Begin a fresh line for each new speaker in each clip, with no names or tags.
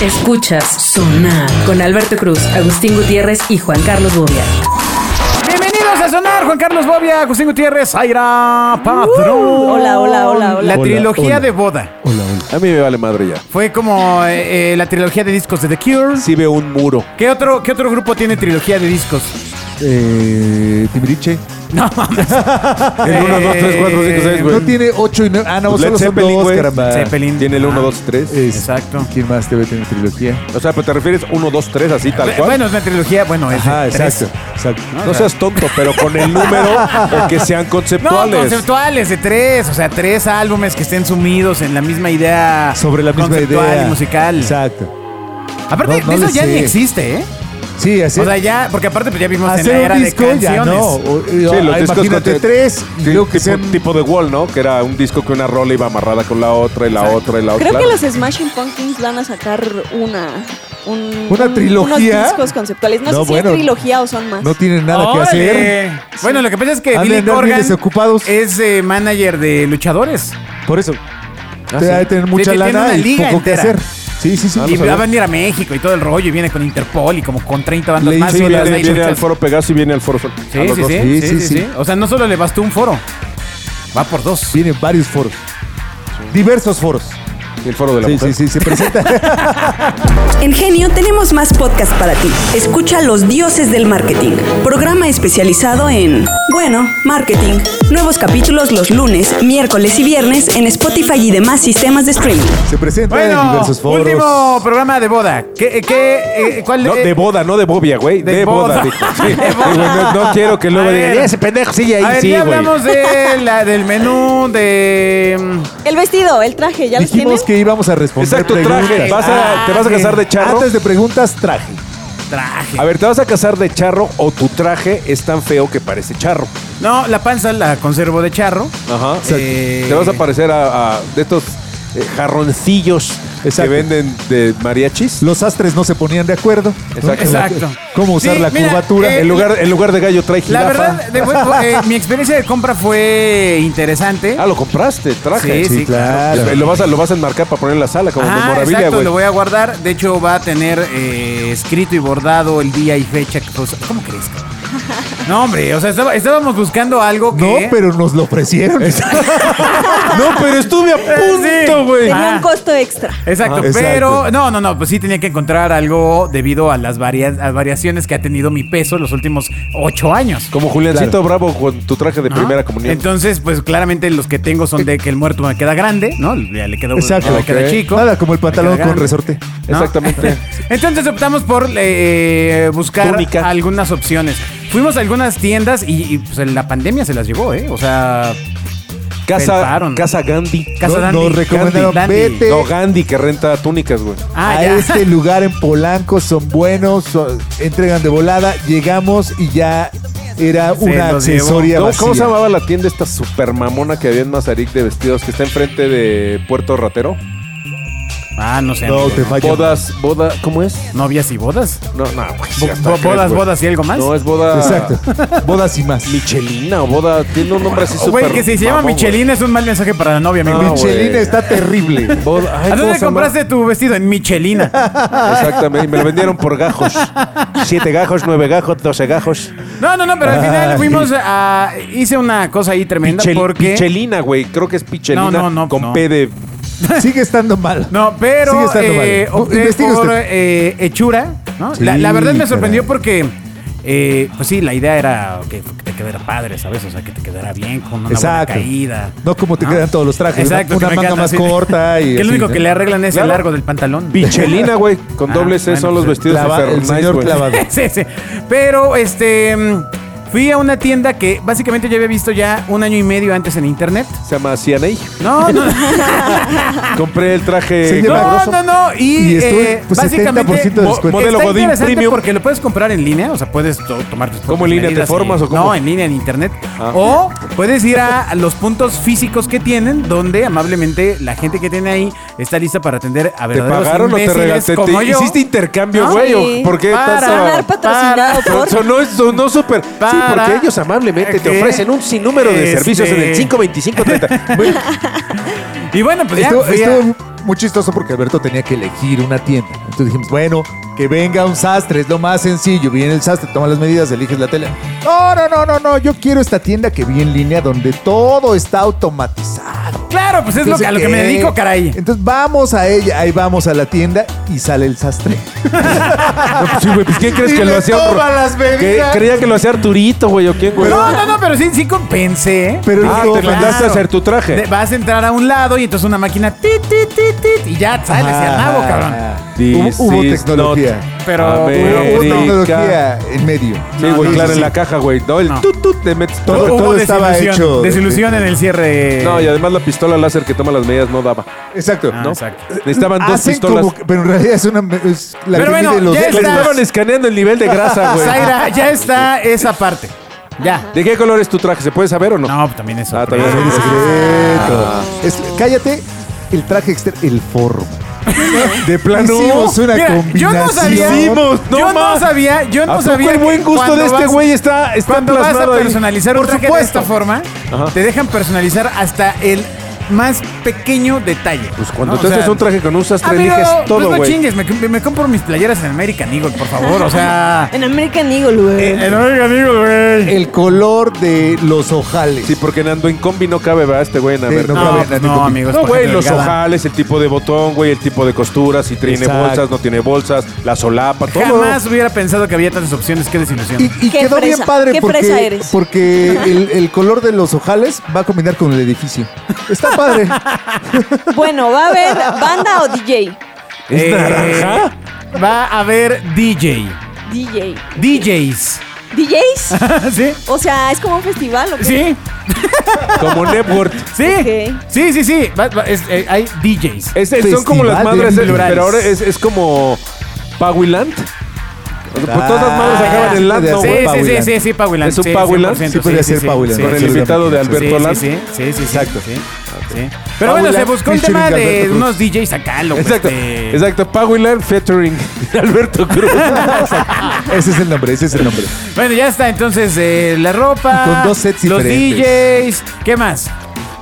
Escuchas Sonar con Alberto Cruz, Agustín Gutiérrez y Juan Carlos Bobia.
Bienvenidos a Sonar, Juan Carlos Bobia, Agustín Gutiérrez, Aira Padrón.
hola, hola, hola, hola.
La
Hola,
trilogía
hola.
de boda.
Hola, hola. A mí me vale madre ya.
Fue como eh, eh, la trilogía de discos de The Cure.
Sí veo un muro.
¿Qué otro, ¿Qué otro grupo tiene trilogía de discos?
Eh, Timbiriche. Eh,
No mames.
El 1, 2, 3, 4, 5,
Eh,
6, güey. Pues
No tiene 8 y 9. Ah, no,
Led
solo son
Zeppelin,
dos,
güey.
caramba. Eh.
Zeppelin.
Tiene el 1, 2, 3.
Es-
Exacto.
¿Quién más debe tener trilogía?
O sea, pero te refieres 1, 2, 3, así tal cual.
Bueno, es una trilogía, bueno, es
Ajá,
de tres.
exacto. exacto.
no seas tonto, pero con el número o que sean
No,
conceptuales.
conceptuales de tres, o sea, tres álbumes que estén sumidos en la misma idea
Sobre la misma
conceptual y
idea.
musical.
Exacto.
Aparte,
No- no
de eso
le
ya
sé.
ni existe, ¿eh?
Sí, así.
O sea, ya, porque aparte pues ya vimos en la
hacer
era
un
de
disco
canciones.
ya no. O-
Sí, los
ah,
discos
imagínate
con-
tres y
Sí,
luego
tipo,
que sean
tipo de Wall, ¿no? Que era un disco que una rola iba amarrada con la otra y la otra y la otra.
Creo que los Smashing Pumpkins van a sacar una. un-
¿Una
un-
trilogía?
Unos discos conceptuales. No,
No,
sé si
bueno.
es trilogía o son más.
no tienen nada que
¡Órale!
hacer. Ah,
Bueno, lo que pasa es que
Han de
Billy
andar bien
Corgan
desocupados.
es eh, manager de luchadores.
Por eso.
Ah,
Te
sí.
va a tener mucha
tiene una
lana y
liga
poco que
entera.
hacer. Sí, sí, sí.
y va a venir a México y todo el rollo y viene con Interpol y como con 30 bandas
Le
más.
hizo-
Sí,
y
viene,
las
viene
Nation
al
Church.
foro Pegaso y viene al foro Sol. A
Sí,
los
sí,
dos.
sí, sí,
Sí,
sí,
sí,
sí.
sí.
O sea, no solo le bastó un foro, va por dos.
Vienen varios foros. Diversos foros.
Y el foro de la
Sí,
mujer.
sí, sí. Se presenta.
En Genio tenemos más podcasts para ti. Escucha Los Dioses del Marketing, programa especializado en, bueno, marketing. Nuevos capítulos los lunes, miércoles y viernes en Spotify y demás sistemas de streaming.
se presenta en
Bueno,
diversos foros.
último programa de boda. ¿Qué, qué, eh, ¿Cuál
No,
eh,
de boda, no de bobia, güey.
de
De,
boda.
boda, dijo. Sí.
De boda.
Sí, güey, no, no quiero que luego
A ver.
digan, "Ya, ese pendejo sigue ahí,
A ver,
sí,
ya
güey.
hablamos de la, del menú, de... mm,
El vestido, el traje, ya los tienen.
Dijimos que íbamos a responder
Exacto, traje.
preguntas. Ah,
Vas a- ¿Te vas a casar de charro?
Antes de preguntas, traje.
Traje.
A ver, ¿te vas a casar de charro o tu traje es tan feo que parece charro?
No, la panza la conservo de charro.
Ajá.
Eh,
Te vas a parecer a, a de estos eh, jarroncillos
Exacto.
que venden de mariachis.
Los astres no se ponían de acuerdo. ¿no?
Exacto.
Exacto.
¿Cómo usar
Sí,
la
mira,
curvatura?
eh,
En
El-
lugar, en lugar de gallo trae
La
jirafa.
verdad, de bueno, eh, mi experiencia de compra fue interesante.
Ah, lo compraste, el traje.
Sí, sí,
claro.
Lo vas, a, lo vas a enmarcar para poner en la sala como
Ajá,
memorabilia,
exacto,
güey.
lo voy a guardar. De hecho, va a tener eh, escrito y bordado el día y fecha. que fue- ¿Cómo crees? cabrón? No, hombre, o sea, estaba- estábamos buscando algo que...
No, pero nos lo ofrecieron.
No, pero estuve a
Sí.
punto, güey.
Tenía
Ah.
un costo extra.
Exacto,
Ajá.
pero
Exacto.
no, no, no, pues sí tenía que encontrar algo debido a las varia- a variaciones que ha tenido mi peso los últimos ocho años.
Como Juliancito Bravo con tu traje de
¿no?
primera comunión.
Entonces, pues claramente los que tengo son de que el muerto me queda grande, ¿no? Ya le queda,
Exacto.
ya le queda
Ok.
chico.
Nada como el
me queda
pantalón con
grande.
resorte.
¿no?
Exactamente.
Entonces optamos por eh, buscar
Túnica.
algunas opciones. Fuimos a algunas tiendas y, y, pues, en la pandemia se las llevó, ¿eh? O sea,
Casa,
Pensaron.
casa Gandhi.
Casa
No,
Dandy,
nos recomendaron,
Dandy, Dandy.
vete.
No, Gandhi que renta túnicas, güey.
Ah,
a
ya.
este lugar en Polanco son buenos, son- entregan de volada. Llegamos y ya era
Se
una
los llevó.
accesoria
¿Cómo,
vacía.
cómo se llamaba la tienda esta super mamona que había en Mazarik de vestidos que está enfrente de Puerto Ratero?
Ah, no sé.
No,
amigo.
te falla.
Bodas, boda, ¿cómo es?
¿Novias y bodas?
No, no, güey.
Bo-
ya está,
bo-
¿crees,
bodas,
güey?
bodas y algo más.
No, es boda.
Exacto. Bodas y más.
Michelina o boda. Tiene un nombre así
Oh,
super.
Güey, que si se llama
mamón,
Michelin es un mal mensaje para la novia, amigo.
No, güey.
Michelina está terrible.
güey. Boda- ay,
¿A
¿cómo
dónde
se llama?
compraste tu vestido? En Michelina.
Exactamente. y Me lo vendieron por gajos. Siete gajos, nueve gajos, doce gajos.
No, no, no, pero al final
Ay.
fuimos a. Hice una cosa ahí tremenda
Pichel-
porque.
Pichelina, güey. Creo que es Pichelina
No, no, no,
con
no.
P de.
Sigue estando mal.
No,
Sigue
pero
estando
eh,
mal.
opté
Investigue
por
usted.
eh, hechura, ¿no?
Sí,
la, la verdad me
caray.
sorprendió porque, eh, pues sí, la idea era que te quedara padre, ¿sabes? O sea, que te quedara bien con una buena
Exacto.
caída.
No como te quedan todos los trajes, ¿no?
Exacto,
Una
que me
manga
encanta,
más
sí.
corta y
Que lo
así,
único
¿no?
que le arreglan es
Claro.
el largo del pantalón.
Pichelina, güey. Con
Ah,
doble C
bueno,
son los
pues,
vestidos
clava-
de
el
Fernández,
señor
güey.
clavado.
sí, sí. Pero, este, mm, fui a una tienda que básicamente yo había visto ya un año y medio antes en internet.
Se llama CNA.
No, no,
Compré el traje.
Ah. Se lleva-
no, no,
Milagroso.
no. Y,
Y estuvo,
eh,
pues, 70%
básicamente,
de
mo-
descuento.
Modelo
está
Godín
interesante
Premium.
porque lo puedes comprar en línea, o sea, puedes to- tomar tus
¿Cómo en línea te
medidas
formas
y-
o cómo?
No, en línea, en internet.
Ah.
O puedes ir a los puntos físicos que tienen, donde amablemente la gente que tiene ahí está lista para atender a
¿Te
verdaderos
pagaron o te
imbéciles
regalaste?
como
¿Te
yo.
hiciste intercambio,
¿No?
güey?
Sí.
¿O ¿Por qué
Para.
tanto?
Sonar patrocinado
para.
por.
Sonó, sonó súper. Sí, porque
Para.
ellos amablemente
Ah, ¿Qué?
te ofrecen un sinnúmero de servicios en
Este.
el 52530.
Y bueno, pues ya
Estuvo,
fui a-
estuvo muy chistoso porque Alberto tenía que elegir una tienda. Entonces dijimos, bueno, que venga un sastre, es lo más sencillo. Viene el sastre, toma las medidas, eliges la tela. No, no, no, no, no, yo quiero esta tienda que vi en línea donde todo está automatizado.
Claro, pues es lo que, a lo que me
¿qué?
dedico, caray.
Entonces vamos a ella, ahí vamos a la tienda y sale el sastre. Ah.
Sí, güey, pues ¿quién crees
Y
que
le
lo hacía?
toma
Arturo?
las
¿Qué?
bebidas.
Creía que lo hacía Arturito, güey, o quién, güey.
No, no, no, pero sí, sí compensé. ¿eh?
Pero
Ah,
luego-
te mandaste a hacer tu traje.
De- vas a entrar a un lado y entonces una máquina tit, tit, tit, tit, y ya sale hacia el Ah, nabo, cabrón.
This
Ah, Hubo, hubo
is
tecnología.
not
Pero-
America.
Hubo tecnología en medio.
Sí, güey,
Sí,
claro,
sí,
en la
sí.
caja, güey. No, el
No.
tut, tut, te metes todo.
Todo-
Hubo
todo estaba
desilusión,
hecho de-
Desilusión en el cierre.
No, y además la pistola láser que toma las medidas no daba.
Exacto.
Ah,
¿no?
exacto.
Necesitaban dos
Hacen
pistolas.
como que- pero en realidad es una. es la
Pero
que
bueno,
mide los
ya
Le
dedos.
estás.
estaban escaneando el nivel de grasa, güey.
Zaira, ya está esa parte. Ya.
¿De qué color es tu traje? ¿Se puede saber o no?
No, pues también eso.
Ah, también es-
Es secreto. Es- cállate, el traje externo, el forro. De plano. Hicimos una
Mira, yo
combinación.
no sabía.
Hicimos, no
yo no
más.
sabía. Yo
¿A
no
poco
sabía.
el buen
que
gusto
cuando
de este
vas-
güey está, está
Cuando vas a
plasmado ahí?
personalizar un
Por
traje de
supuesto.
esta forma,
Ajá.
te dejan personalizar hasta el más pequeño detalle.
Pues cuando
¿no?
tú
O sea,
haces un traje con un sastre,
amigo,
eliges
pues
todo,
no
güey.
chingues, me, me compro mis playeras en American Eagle, por favor. O sea.
En American Eagle, güey.
Eh,
en American Eagle, güey.
El color de los ojales.
sí, porque ando en combi no cabe, ¿verdad? Este güey, a
Sí,
ver.
no
No,
No,
cabe.
pues no, amigos.
No, güey, los ojales, el tipo de botón, güey, el tipo de costuras, si tiene
Exacto.
bolsas, no tiene bolsas, la solapa, todo.
Jamás hubiera pensado que había tantas opciones. Qué desilusión.
Y, y
Qué
quedó bien
fresa,
padre
qué
porque,
fresa eres.
porque el, el color de los ojales va a combinar con el edificio. Está padre.
Bueno, ¿va a haber banda o DJ?
¿Es naranja?
Eh, Va a haber DJ.
DJ.
DJs.
¿DJs?
¿Sí?
O sea, ¿es como un festival o qué?
¿Sí?
Como Network.
¿Sí?
Ok.
Sí, sí, sí. Va- va- es- eh, hay DJs.
Es- es- son como las
Festival de
madres, eh,
plurales.
pero ahora es, es como Pawiland. Pues todas las madres acaban en Land,
de
¿no,
Sí,
hacer
güey?
sí, sí, sí, sí,
Pawiland.
Pawiland.
¿Es un
sí,
Pawiland?
100%,
Sí, podría ser Pawiland.
Con el
Sí,
invitado de
sí,
Alberto
Sí,
Land.
sí, sí, sí, sí,
Exacto.
sí, sí. Pero bueno, se
Pawiland
buscó un
featuring
tema de
Alberto Cruz.
unos DJs acá, loco.
Exacto,
este,
exacto. Pawiland featuring Alberto Cruz.
Ese es el nombre, ese es el nombre.
Bueno, ya está, entonces, eh, la ropa.
Con dos sets
Los
diferentes.
DJs. ¿Qué más?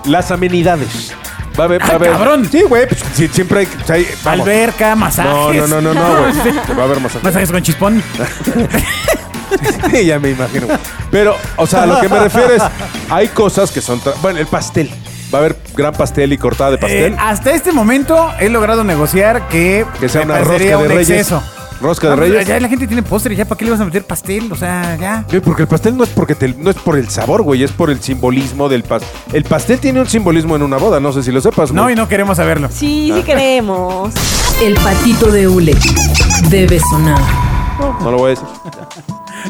Las amenidades. Va a haber, va a
Ah,
haber.
cabrón.
Sí, güey, pues sí, siempre hay. o sea, hay- vamos.
Alberca, masajes.
No, no, no, no, no, güey. Va a haber más
Masajes con chispón.
ya me imagino. güey. Pero, o sea, a lo que me refiero es, hay cosas que son... tra- Bueno, el pastel. Va a haber gran pastel y cortada de pastel.
Eh, hasta este momento he logrado negociar que,
que sea
me
una rosca
parecería
de
un
reyes.
exceso.
Rosca de
Ah, pues,
reyes. Pues
Ya la gente tiene postre, ya para qué le vas a meter pastel, o sea, ya.
Güey, Porque el pastel no es porque te- no es por el sabor, güey, es por el simbolismo del pastel. El pastel tiene un simbolismo en una boda, no sé si lo sepas.
No,
güey.
y no queremos saberlo.
Sí, sí queremos.
El patito de hule debe sonar.
no, no lo voy a decir.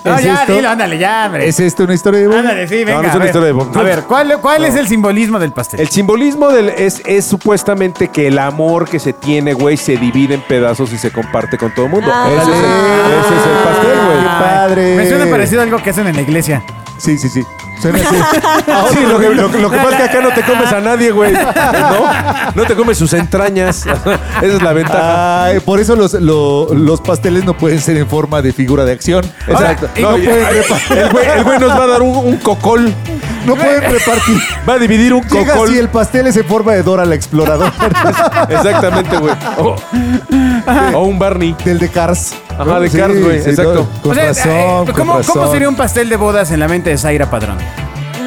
No,
¿Es
ya,
esto?
dilo, ándale, ya, hombre.
¿Es esto una historia de boda?
Ándale, sí, venga.
no es una
a ver.
historia de Bob.
A ver, ¿cuál, cuál es el simbolismo del pastel?
El simbolismo del, es, es supuestamente que el amor que se tiene, güey, se divide en pedazos y se comparte con todo el mundo.
Ah.
Ese, es el, ese es el pastel, güey.
Qué
Ah.
padre.
Me suena parecido a algo que hacen en la iglesia.
Sí, sí, sí. Suena así.
Sí, lo que, lo que- lo que pasa es que acá no te comes a nadie, güey. ¿No? No te comes sus entrañas. Esa es la ventaja.
Ay, por eso los, lo- los pasteles no pueden ser en forma de figura de acción.
Ahora,
Exacto.
y
no,
no
y-
pueden,
el, güey, el güey nos va a dar un, un cocol.
no pueden repartir.
Va a dividir un
Llega
cocol.
así, el pastel es en forma de Dora la exploradora.
Exactamente, güey. O, Oh. o un Barney.
del de Cars.
Ajá, de Cars, güey, exacto.
no, con
O sea, eh,
razón, con
¿cómo,
razón.
cómo sería un pastel de bodas en la mente de Zaira Padrón?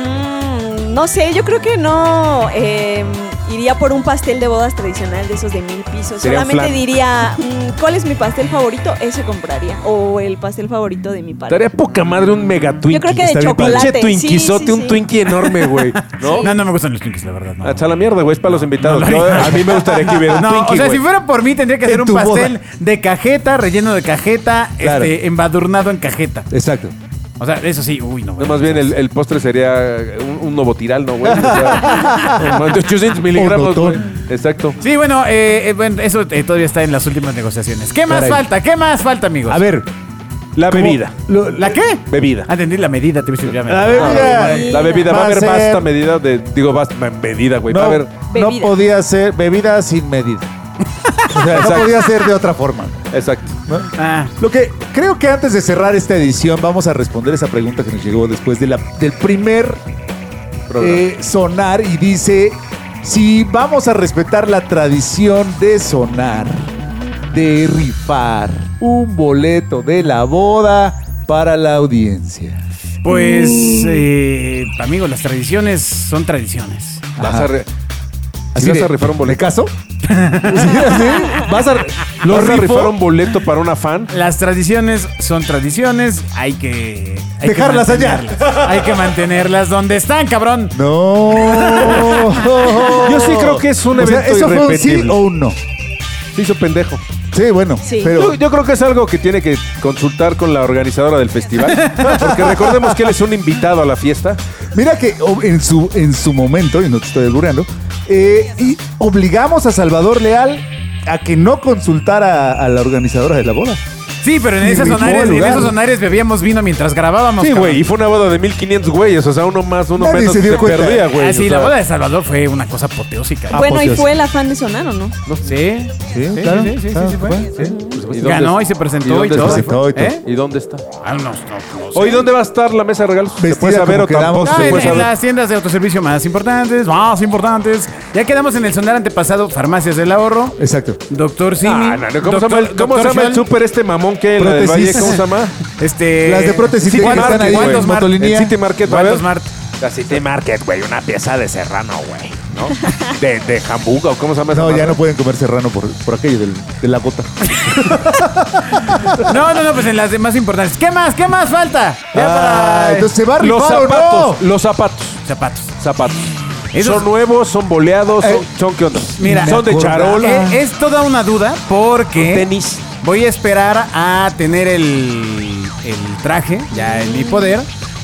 Mm, no sé, yo creo que no eh, iría por un pastel de bodas tradicional de esos de mil pisos.
Sería un
Solamente
flan.
diría, mm, ¿cuál es mi pastel favorito? Ese compraría. O el pastel favorito de mi padre.
Estaría poca madre un mega Twinkie.
creo que de
Está bien padre.
chocolate,
Pinche Twinkizote,
sí, sí,
un
sí.
Twinkie enorme, güey. ¿No?
No, no me gustan los Twinkies, la verdad. No.
Ah,
Hasta la mierda, güey. Es para los invitados.
No, no,
Yo-
no.
a mí me gustaría que hubiera un
No,
Twinkie,
o sea,
güey.
si fuera por mí tendría que
En
hacer un
tu
pastel
boda.
de cajeta, relleno de cajeta,
Claro.
este, embadurnado en cajeta.
Exacto.
O sea, eso sí, uy, no.
No,
güey.
más bien el, el postre sería un, un novotiral, ¿no, güey? O sea, más de 800 miligramos, güey.
Onotón.
Exacto.
Sí, bueno, eh, eh, bueno eso eh, todavía está en las últimas negociaciones. ¿Qué más
Caray.
falta? ¿Qué más falta, amigos?
A ver.
La
¿cómo-
bebida.
lo-
¿La qué?
Bebida.
Ah, entendí la medida, te voy a
La bebida.
La bebida. Va a
Va a
haber
ser-
basta medida de... Digo, basta medida, güey. Va a
No,
haber...
no
Bebida.
podía ser bebida sin medida. O sea, no
Exacto.
podía ser de otra forma.
Exacto.
Ah,
Lo que creo que antes de cerrar esta edición vamos a responder esa pregunta que nos llegó después de la- del primer
Programa.
eh, sonar y eh, dice si vamos a respetar la tradición de sonar, de rifar un boleto de la boda para la audiencia.
Pues, eh, amigo, las tradiciones son tradiciones.
Vas a re-
Así
¿Sí vas
de,
a rifar un
¿Me
boleto?
caso? ¿Sí? ¿Sí? ¿Vas a, lo
¿Vas a
rifo?
rifar un boleto para una fan?
Las tradiciones son tradiciones, hay que... hay que
Dejarlas allá.
mantenerlas. Hay que mantenerlas donde están, cabrón.
No.
Yo sí creo que es un
O sea,
evento
¿Eso fue un sí
irrepetible.
o un no?
Se hizo pendejo.
Sí, bueno.
Sí.
Pero
Yo, yo creo que es algo que tiene que consultar con la organizadora del festival. Porque recordemos que él es un invitado a la fiesta.
mira que o- en su, en su momento, y no te estoy albureando, eh, y obligamos a Salvador Leal a que no consultara a, a la organizadora de la boda.
Sí, pero en,
Y
esas
rifó
sonares,
el
en
lugar.
esos sonares bebíamos vino mientras grabábamos.
Sí,
cabrón.
güey. Y fue una boda de 1500 güeyes. O sea, uno más, uno
Nadie
menos.
se
Se,
dio cuenta.
perdía, güey.
Ah, sí, la
o sea.
boda de Salvador fue una cosa apoteósica.
Ah, bueno, ¿y
pues,
fue el afán de sonar o no?
¿no? Sí, sí, sí,
claro,
sí, sí,
claro,
sí, fue.
bueno,
sí.
¿Y dónde
pues, Ganó
está?
y se presentó y,
dónde
todo.
está?
presentó y todo.
¿Eh?
¿Y dónde está?
Ah, no, no, no sé.
Hoy, ¿dónde va a estar la mesa de regalos? ¿Se
Vestida
puede saber
como
o tampoco
quedamos.
Ah,
se
en,
puede
en
saber?
las tiendas de autoservicio más importantes, más importantes. Ya quedamos en el sonar antepasado, Farmacias del Ahorro,
Exacto.
Doctor Simi.
Ah, no, no, ¿Cómo se
Doctor-
llama el- cómo se
Doctor
llama el
Scholl,
súper este mamón que la del
Prótesis.
Valle? ¿Cómo se llama?
Este,
Las de prótesis
sí,
que
Walmart,
están
Walmart,
ahí, güey, en
Walmart,
El
Motolinia.
City Market, a ver.
Walmart Smart.
La City Market, güey, una pieza de serrano, güey.
¿no? De, de Hamburgo, ¿o ¿cómo se llama esa
No, ya
madre?
no pueden comer serrano por, por aquello del- de la gota.
No, no, no, pues en las de más importantes. ¿Qué más? ¿Qué más falta? Ya
Ah,
para- eh,
entonces se va a
Los
rifar o no.
zapatos, los zapatos,
Zapatos.
zapatos.
Esos-
Son nuevos, son boleados, son,
Eh,
son- qué onda.
mira,
son de
me
charol,
acordaba.
Eh, Es, toda una duda porque
tenis.
voy a esperar a tener el, el traje ya en mi poder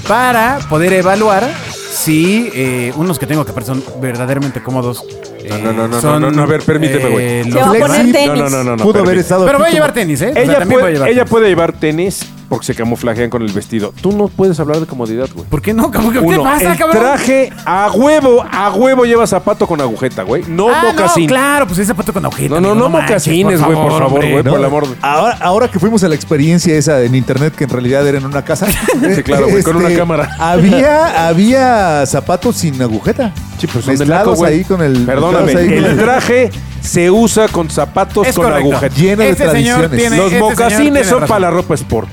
para poder evaluar si eh, unos que tengo que aparecer son verdaderamente cómodos. eh,
no, no, no, no, no, a ver, permíteme, güey.
los-
Se va a
Flexi-
poner
No,
tenis.
no, no, no, no,
Pudo haber
permíteme.
estado.
Pero voy a
aquí
llevar tenis, ¿eh? O sea,
Ella,
también voy a
puede,
llevar
ella
tenis.
puede llevar tenis porque se camuflajean con el vestido. Tú no puedes hablar de comodidad, güey.
¿Por qué no? cabrón? ¿Qué
Uno,
pasa,
el
cabrón?
traje a huevo, a huevo lleva zapato con agujeta, güey. No
Ah, no,
mocasín.
claro, pues es zapato con agujeta.
No, no,
amigo,
no
manches,
mocasines, güey, por favor,
hombre.
güey,
No,
por el amor de-
Ahora, ahora que fuimos a la experiencia esa en internet, que en realidad era en una casa. este,
Sí, claro, güey, con una cámara.
Había, había zapatos sin agujeta.
Sí, pues son de
mezclados
laco, güey.
ahí con el.
Perdóname,
mezclados ahí con
el
el-
traje se usa con zapatos
Es
con
correcto.
agujeta.
Lleno de
Este señor
tradiciones.
tiene-
Los
este señor tiene
mocasines son
razón.
para la ropa sport.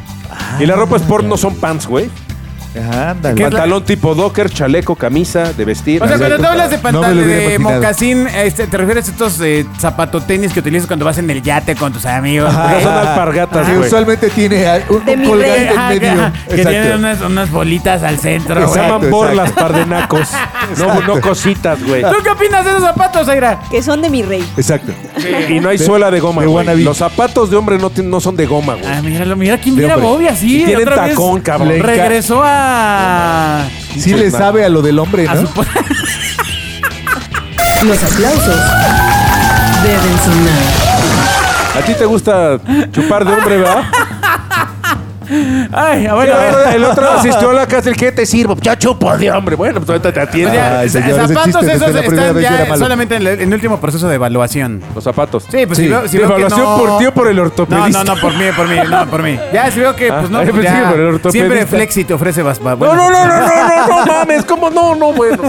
y la ropa sport no son pants, güey.
Ándale.
¿Qué es la-
Pantalón tipo docker, chaleco, camisa, de vestir.
O sea, cuando tú hablas de
No me lo
pantalón
hubiera
de
imaginado.
mocasín, este, te refieres a estos eh, zapatotenis que utilizas cuando vas en el yate con tus amigos.
Ajá,
güey.
Esas son alpargatas,
que
güey.
usualmente tiene ah, un,
De
un
mi
colgante
rey.
en
Ajá,
medio.
ajá, que
Exacto.
tienen unas, unas bolitas al centro,
Se
güey.
Exacto,
llaman
exacto.
borlas, pardenacos. no, no cositas, güey.
¿Tú qué opinas de esos zapatos, Aira?
Que son de mi rey.
Exacto.
Y no hay suela de goma,
de
güey.
wannabe.
Los zapatos de hombre no, tien- no son de goma, güey.
Ah, míralo, mira quién mira a
hombre.
Bobby así.
Y tienen
otra vez
tacón, cabrón.
Le enca-
Regresó a.
Sí le sabe a lo del hombre,
a
¿no?
su po-
Los aplausos deben sonar.
¿A ti te gusta chupar de hombre, verdad?
Ay,
El
bueno, a ver.
otro, el otro asistió a la casa, el que te sirvo. Yo chupo de hombre. Bueno, pues ahorita te
O
atiende.
sea,
Ay, señor, ese
zapatos
chiste desde
esos
la primera
están
vez ya era
ya
malo.
solamente en el, en el último proceso de evaluación.
Los zapatos.
Sí, pues
Sí.
si veo, si
De
veo que
evaluación
no-
por ti o por el
No,
ortopedista.
no, no, por mí, por mí, no, por mí. Ya, si veo que, pues no,
Ah, yo
pues,
pensé
ya.
que por el ortopedista.
Siempre Flexi te ofrece vas, va-
No,
buenas
no, no, no,
opciones.
no, no, no mames, ¿cómo no? No, bueno.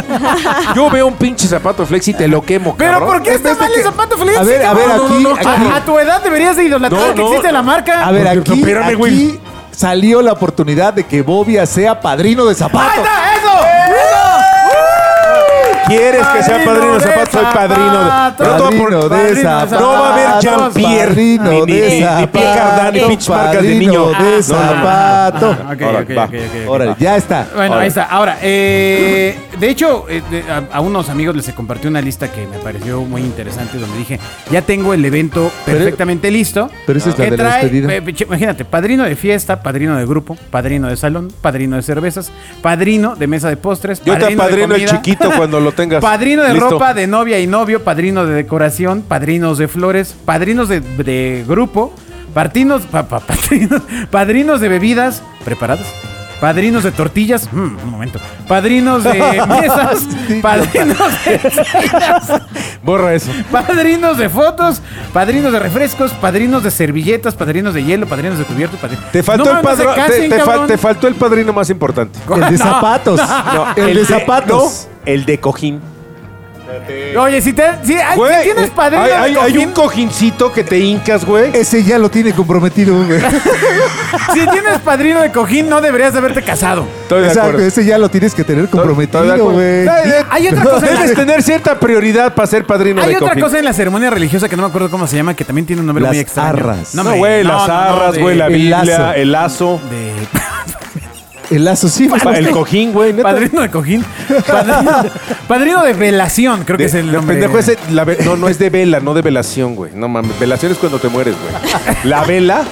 Yo veo un pinche zapato flex y te lo quemo,
Pero
cabrón.
¿por qué está mal el zapato Flexi?
A ver, a ver,
cabrón?
aquí- aquí-
A, a tu edad deberías de idolatrar
No,
que
no.
existe la marca.
A ver,
Porque-
aquí,
espérame, güey.
aquí salió la oportunidad de que Bobia sea padrino de
¡Ahí
zapatos.
¡Ah, está! ¡Eso!
¿Quieres que sea padrino de zapatos? Soy padrino de.
Pero todo por-
Padrino de zapatos.
No va a haber Jean-Pierre,
Padrino
ni- ni- ni-
de
ni
zapatos.
Picardán, ni pinches marcas de
Padrino
niño.
de Ah,
No, no, no,
zapato.
Ah, ok,
Ahora,
ok,
va.
ok, ok, ok.
Órale, ya está.
Bueno,
Ahora.
ahí está. Ahora, eh, de hecho, eh, de- a, a unos amigos les compartí una lista que me pareció muy interesante, donde dije, ya tengo el evento
Pero-
perfectamente listo.
pero esa es la
¿Qué
de la
trae?
despedida.
Eh, che, Imagínate, padrino de fiesta, padrino de grupo, padrino de salón, padrino de cervezas, padrino de mesa de postres,
Yo te
de
apadrino el
comida,
chiquito cuando lo tengas.
Padrino de
listo.
ropa de novia y novio, padrino de decoración, padrinos de flores, padrinos de, de grupo, partinos, pa- pa- padrinos, padrinos de bebidas preparadas, padrinos de tortillas, mm, un momento, padrinos de mesas, padrinos de,
Borra eso.
padrinos de fotos, padrinos de refrescos, padrinos de servilletas, padrinos de hielo, padrinos de cubiertos, padrinos...
Te faltó, el padrino, te, te fal-
falta
te faltó el padrino más importante.
El de zapatos.
No,
el de zapatos.
no, el de cojín.
Oye, si, te, si, ay, si
Güey, eh,
tienes padrino
hay,
de
hay- hay
cojín-
un cojincito que te hincas, güey.
Ese ya lo tiene comprometido, güey.
si tienes padrino de cojín, no deberías haberte casado.
Estoy de
Exacto,
acuerdo.
ese ya lo tienes que tener comprometido, güey.
Hay otra cosa en la-
Debes tener cierta prioridad para ser padrino
Hay
de
otra
cojín.
cosa en la ceremonia religiosa que no me acuerdo cómo se llama, que también tiene un nombre
Las
muy extraño.
arras.
No,
hombre,
güey,
no,
las
no, no,
arras,
de-
güey, la
el
Biblia,
lazo.
el lazo,
de-
El lazo sí.
pa- el cojín, güey. neta.
Padrino de cojín. Padrino, padrino de velación, creo que
De-
es el
de
nombre.
pendejo ese, la ve- no, no es de vela, no de velación, güey. No mames, velación es cuando te mueres, güey. La vela.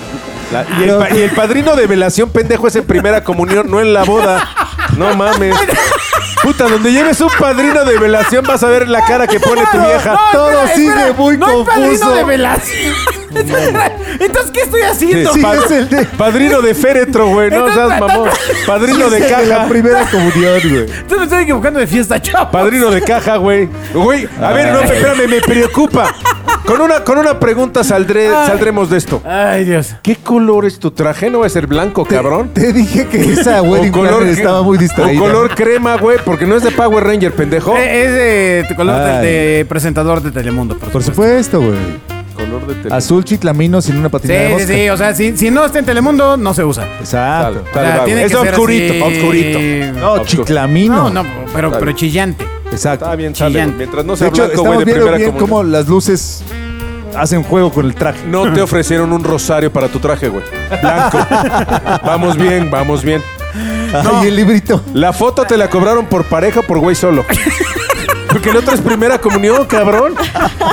la- y, el, pa- y el padrino de velación, pendejo, es en primera comunión, no en la boda. No mames. Puta, donde lleves un padrino de velación vas a ver la cara que pone tu vieja.
todo sigue muy
no hay padrino
confuso.
de velación. Entonces, ¿qué estoy haciendo?
Sí,
Pad-
es el de-
Padrino de féretro, güey. No seas mamón. Padrino
Sí,
de
es el la
caja.
primera comunión, güey.
Entonces me estoy equivocando de fiesta, chavo.
Padrino de caja, güey. Güey, a ver, no, espérame, me preocupa. Con una, con una pregunta saldré, saldremos de esto.
Ay, Dios.
¿Qué color es tu traje? ¿No va a ser blanco, cabrón?
Te dije que esa
O
wedding planner
cre-
eh, estaba muy distraída.
O color crema, güey, porque no es de Power Ranger, pendejo.
Eh, Es de tu color de,
Ay.
de presentador de Telemundo, por,
Por
supuesto.
supuesto, güey.
Color de tele-
Azul chiclamino sin una patina de
Sí, sí,
mosca.
sí. O sea, si, si no está en Telemundo, no se usa.
Tal-
Exacto.
O sea,
tal, va,
tiene
güey.
que
es
ser
oscurito,
así-
oscurito.
No,
Oscuro.
No,
chiclamino.
no, pero, pero chillante.
Exacto.
Está bien, sale. güey.
Chillante.
Mientras no
de
sea
hecho,
blanco, güey,
estamos
de
viendo
primera
bien
comunión.
cómo las luces hacen juego con el traje.
No te ofrecieron un rosario para tu traje, güey. Blanco. vamos bien, vamos bien.
Ay, el librito.
La foto te la cobraron por pareja o por güey solo. Porque el otro es primera comunión, cabrón.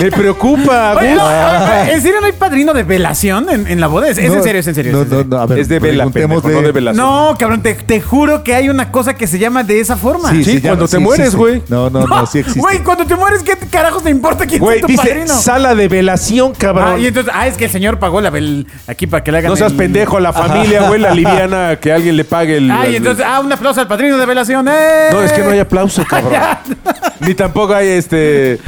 Me preocupa,
Oye,
güey.
no,
Ah,
eh, ¿En serio no hay padrino de velación en, en la boda? Es, es
No,
en serio, es en serio.
No,
es en
no,
serio.
no, a ver,
Es de vela,
preguntemos
pendejo, no de velación.
No, cabrón, te, te juro que hay una cosa que se llama de esa forma.
Sí,
llama-
cuando te mueres,
existe.
güey.
No, no, no, sí existe.
Güey, cuando te mueres, ¿qué carajos te importa quién
Güey,
es tu
dice
padrino?
sala de velación, cabrón.
Ah, y entonces, ah, es que el señor pagó la vel- aquí para que le hagan
No seas
el- Ah,
pendejo, la familia, güey, la liviana, que alguien le pague el.
Ay,
el-
entonces, ah, un aplauso al padrino de velación. ¡eh!
No, es que no hay aplauso, cabrón. Ni tampoco hay este.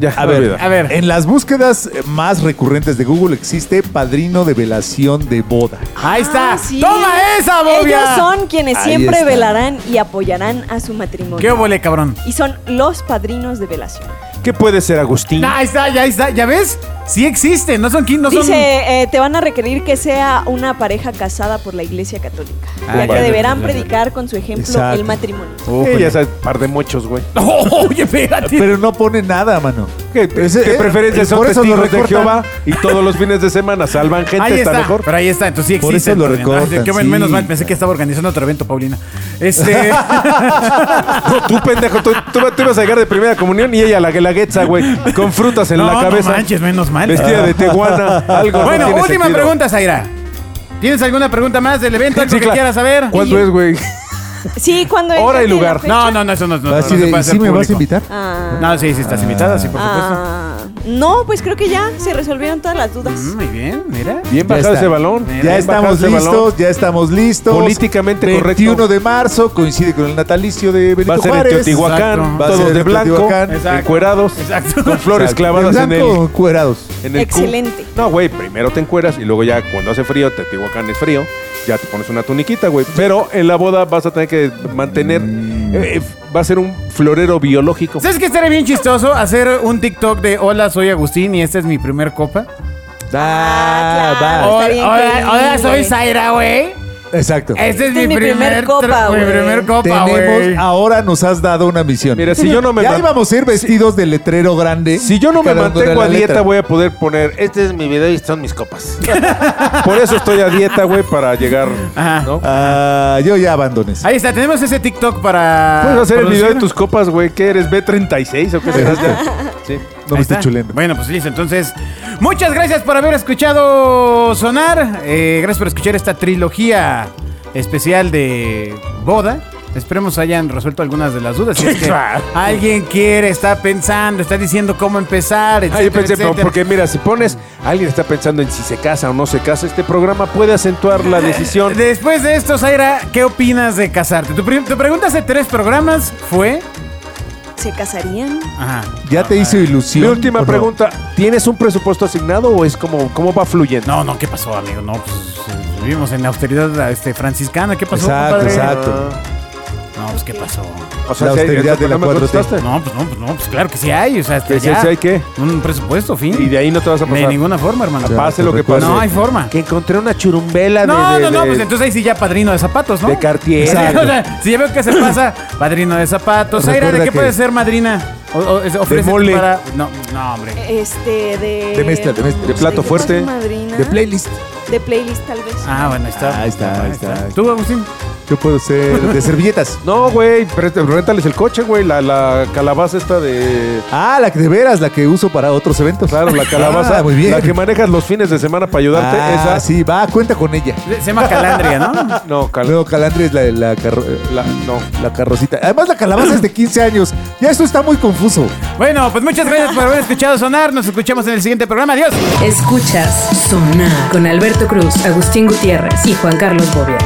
Ya,
A ver,
A ver.
En las búsquedas eh, más recurrentes de Google existe padrino de velación de boda.
Ahí está.
Ah, sí.
¡Toma esa, bobia!
Ellos son quienes
Ahí
siempre
está.
velarán y apoyarán a su matrimonio.
¿Qué obole, cabrón?
Y son los padrinos de velación.
¿Qué puede ser, Agustín?
Nah, Ah, ahí está, ya ahí está. ¿Ya ves? Sí existen. No son quin- no son...
Dice, eh, te van a requerir que sea una pareja casada por la Iglesia Católica,
Ah,
ya
vale.
que deberán predicar con su ejemplo
Exacto.
el matrimonio.
Eh, ya sabes, par de mochos, güey.
oye, espérate.
Pero no pone nada, mano.
¿Qué,
Ese-
qué
eh,
preferencias son
por eso lo
testigos de
recortan.
Jehová? Y todos los fines de semana salvan gente,
Ahí
está,
está,
mejor.
pero ahí está, entonces sí
Por
existe.
eso lo
entonces, ¿no?
recortan,
Qué bueno, menos
sí.
mal, pensé que estaba organizando otro evento, Paulina. Este,
No, tú, pendejo, tú, tú, tú ibas a llegar de primera comunión y ella la guelaguetza, güey, con frutas en
No,
la
no
cabeza.
manches, menos mal. Ah.
Vestida de teguana, algo no
bueno,
tiene
última
sentido.
pregunta, Zaira. ¿Tienes alguna pregunta más del evento? ¿Algo
Sí,
que
claro.
quieras saber?
¿Cuánto es, güey?
Sí, cuando es
Hora y
la
lugar.
fecha?
No, no, no, eso no, no, no,
Así
no se
de,
puede
¿y
hacer
sí me vas a
público.
invitar?
Ah,
No, sí, sí, estás invitada, sí, por supuesto.
ah, no, pues creo que ya se resolvieron todas las dudas.
Mm, muy bien, mira.
Bien
Ya
bajado
está.
ese balón.
Ya
bien
Ya
Bajas
estamos
bajado ese
listos,
balón.
ya estamos listos.
Políticamente
21
correcto.
de marzo coincide con el natalicio de Benito
Va a ser en
Juárez.
Teotihuacán,
Exacto.
Va a
todos
ser
de
en
blanco,
Teotihuacán.
Exacto.
encuerados,
Exacto.
con flores clavadas
¿De
en el,
blanco o encuerados?
en el cu-
Excelente.
No, güey, primero te encueras y luego ya cuando hace frío, Teotihuacán es frío, ya te pones una tuniquita, güey. Pero en la boda vas a tener que mantener,
Mm.
eh, eh, va a ser un florero biológico.
¿Sabes qué estaría bien chistoso? Hacer un TikTok de Hola, soy Agustín y esta es mi primer copa.
Ah,
Ah,
claro.
va.
Oh.
está
hola,
bien, qué
hola,
lindo,
hola, soy
güey.
Zaira, güey.
Exacto.
Esta es,
Esta es mi primer
primer
copa,
tra- Mi
güey.
primer copa,
Tenemos,
güey.
ahora nos has dado una misión.
Mira, si yo no me
ya
man-
íbamos a ir vestidos de letrero grande.
Si yo no me
cada uno era
mantengo
la
a dieta,
letra.
voy a poder poner, este es mi video y son mis copas. Por eso estoy a dieta, güey, para llegar,
Ajá.
¿no?
Ah, yo ya abandoné. eso.
Ahí está, tenemos ese TikTok para.
Puedes hacer el video de
producir.
tus copas, güey. ¿Qué eres? ¿B36 o qué serás ya? Sí.
No
Ahí
me esté
está.
chulendo.
Bueno, pues listo. Entonces, muchas gracias por haber escuchado sonar. Eh, gracias por escuchar esta trilogía especial de boda. Esperemos hayan resuelto algunas de las dudas. Si es que
claro.
alguien quiere, está pensando, está diciendo cómo empezar,
Ah, yo
etcétera,
pensé, pero
etcétera.
porque mira, si pones, alguien está pensando en si se casa o no se casa, este programa puede acentuar la decisión.
Después de esto, Zaira, ¿qué opinas de casarte? Tu, pre- tu pregunta hace tres programas fue.
¿Se casarían?
Ajá.
Ya te hizo ilusión.
Mi última
¿o no?
pregunta, ¿tienes un presupuesto asignado o es como cómo va fluyendo?
No, no, ¿qué pasó, amigo? No, pues eh, vivimos en la austeridad este, franciscana. ¿Qué pasó,
Exacto,
compadre?
exacto.
No, pues, pues, ¿qué pasó?
O
La
si hay-
austeridad
¿no
de la
me
4T.
contestaste?
No, pues no, pues no, pues claro que sí hay. O sea, hasta
¿Que sí,
ya
sí hay qué?
Un presupuesto, fin.
Y de ahí no te vas a
De
pasar.
ninguna forma, hermano.
Ya, Pase lo que pase.
No hay forma.
Que encontré una churumbela de-
No,
de,
no, no,
de-
pues entonces ahí sí ya padrino de zapatos, ¿no?
de Cartier.
Sí, o sea, si ya veo que se pasa, padrino de zapatos.
Recuerda
Zaira, ¿de qué
que-
puede ser madrina? O, o- es- ofrécete
mole.
para. No, no, hombre.
Este, de.
De mezcla, de mezcla.
De plato
qué
fuerte.
puede ser madrina?
De playlist.
De playlist, tal vez.
Ah, bueno, ahí está.
Ahí está, ahí está.
¿Tú, Agustín?
Yo puedo ser de servilletas.
No, güey, pre- réntales el coche, güey. La, la calabaza esta de.
Ah, la que de veras, la que uso para otros eventos.
Claro, la calabaza.
Ah, muy bien.
La que manejas los fines de semana para ayudarte.
Ah,
esa.
sí, va, cuenta con ella.
Se llama Calandria, ¿no?
No, cal-
Luego Calandria es la, la, carro-
la- no.
la carrocita. Además, la calabaza es de 15 años. Ya esto está muy confuso.
Bueno, pues muchas gracias por haber escuchado sonar. Nos escuchamos en el siguiente programa. Adiós.
Escuchas Sonar con Alberto Cruz, Agustín Gutiérrez y Juan Carlos Bobia.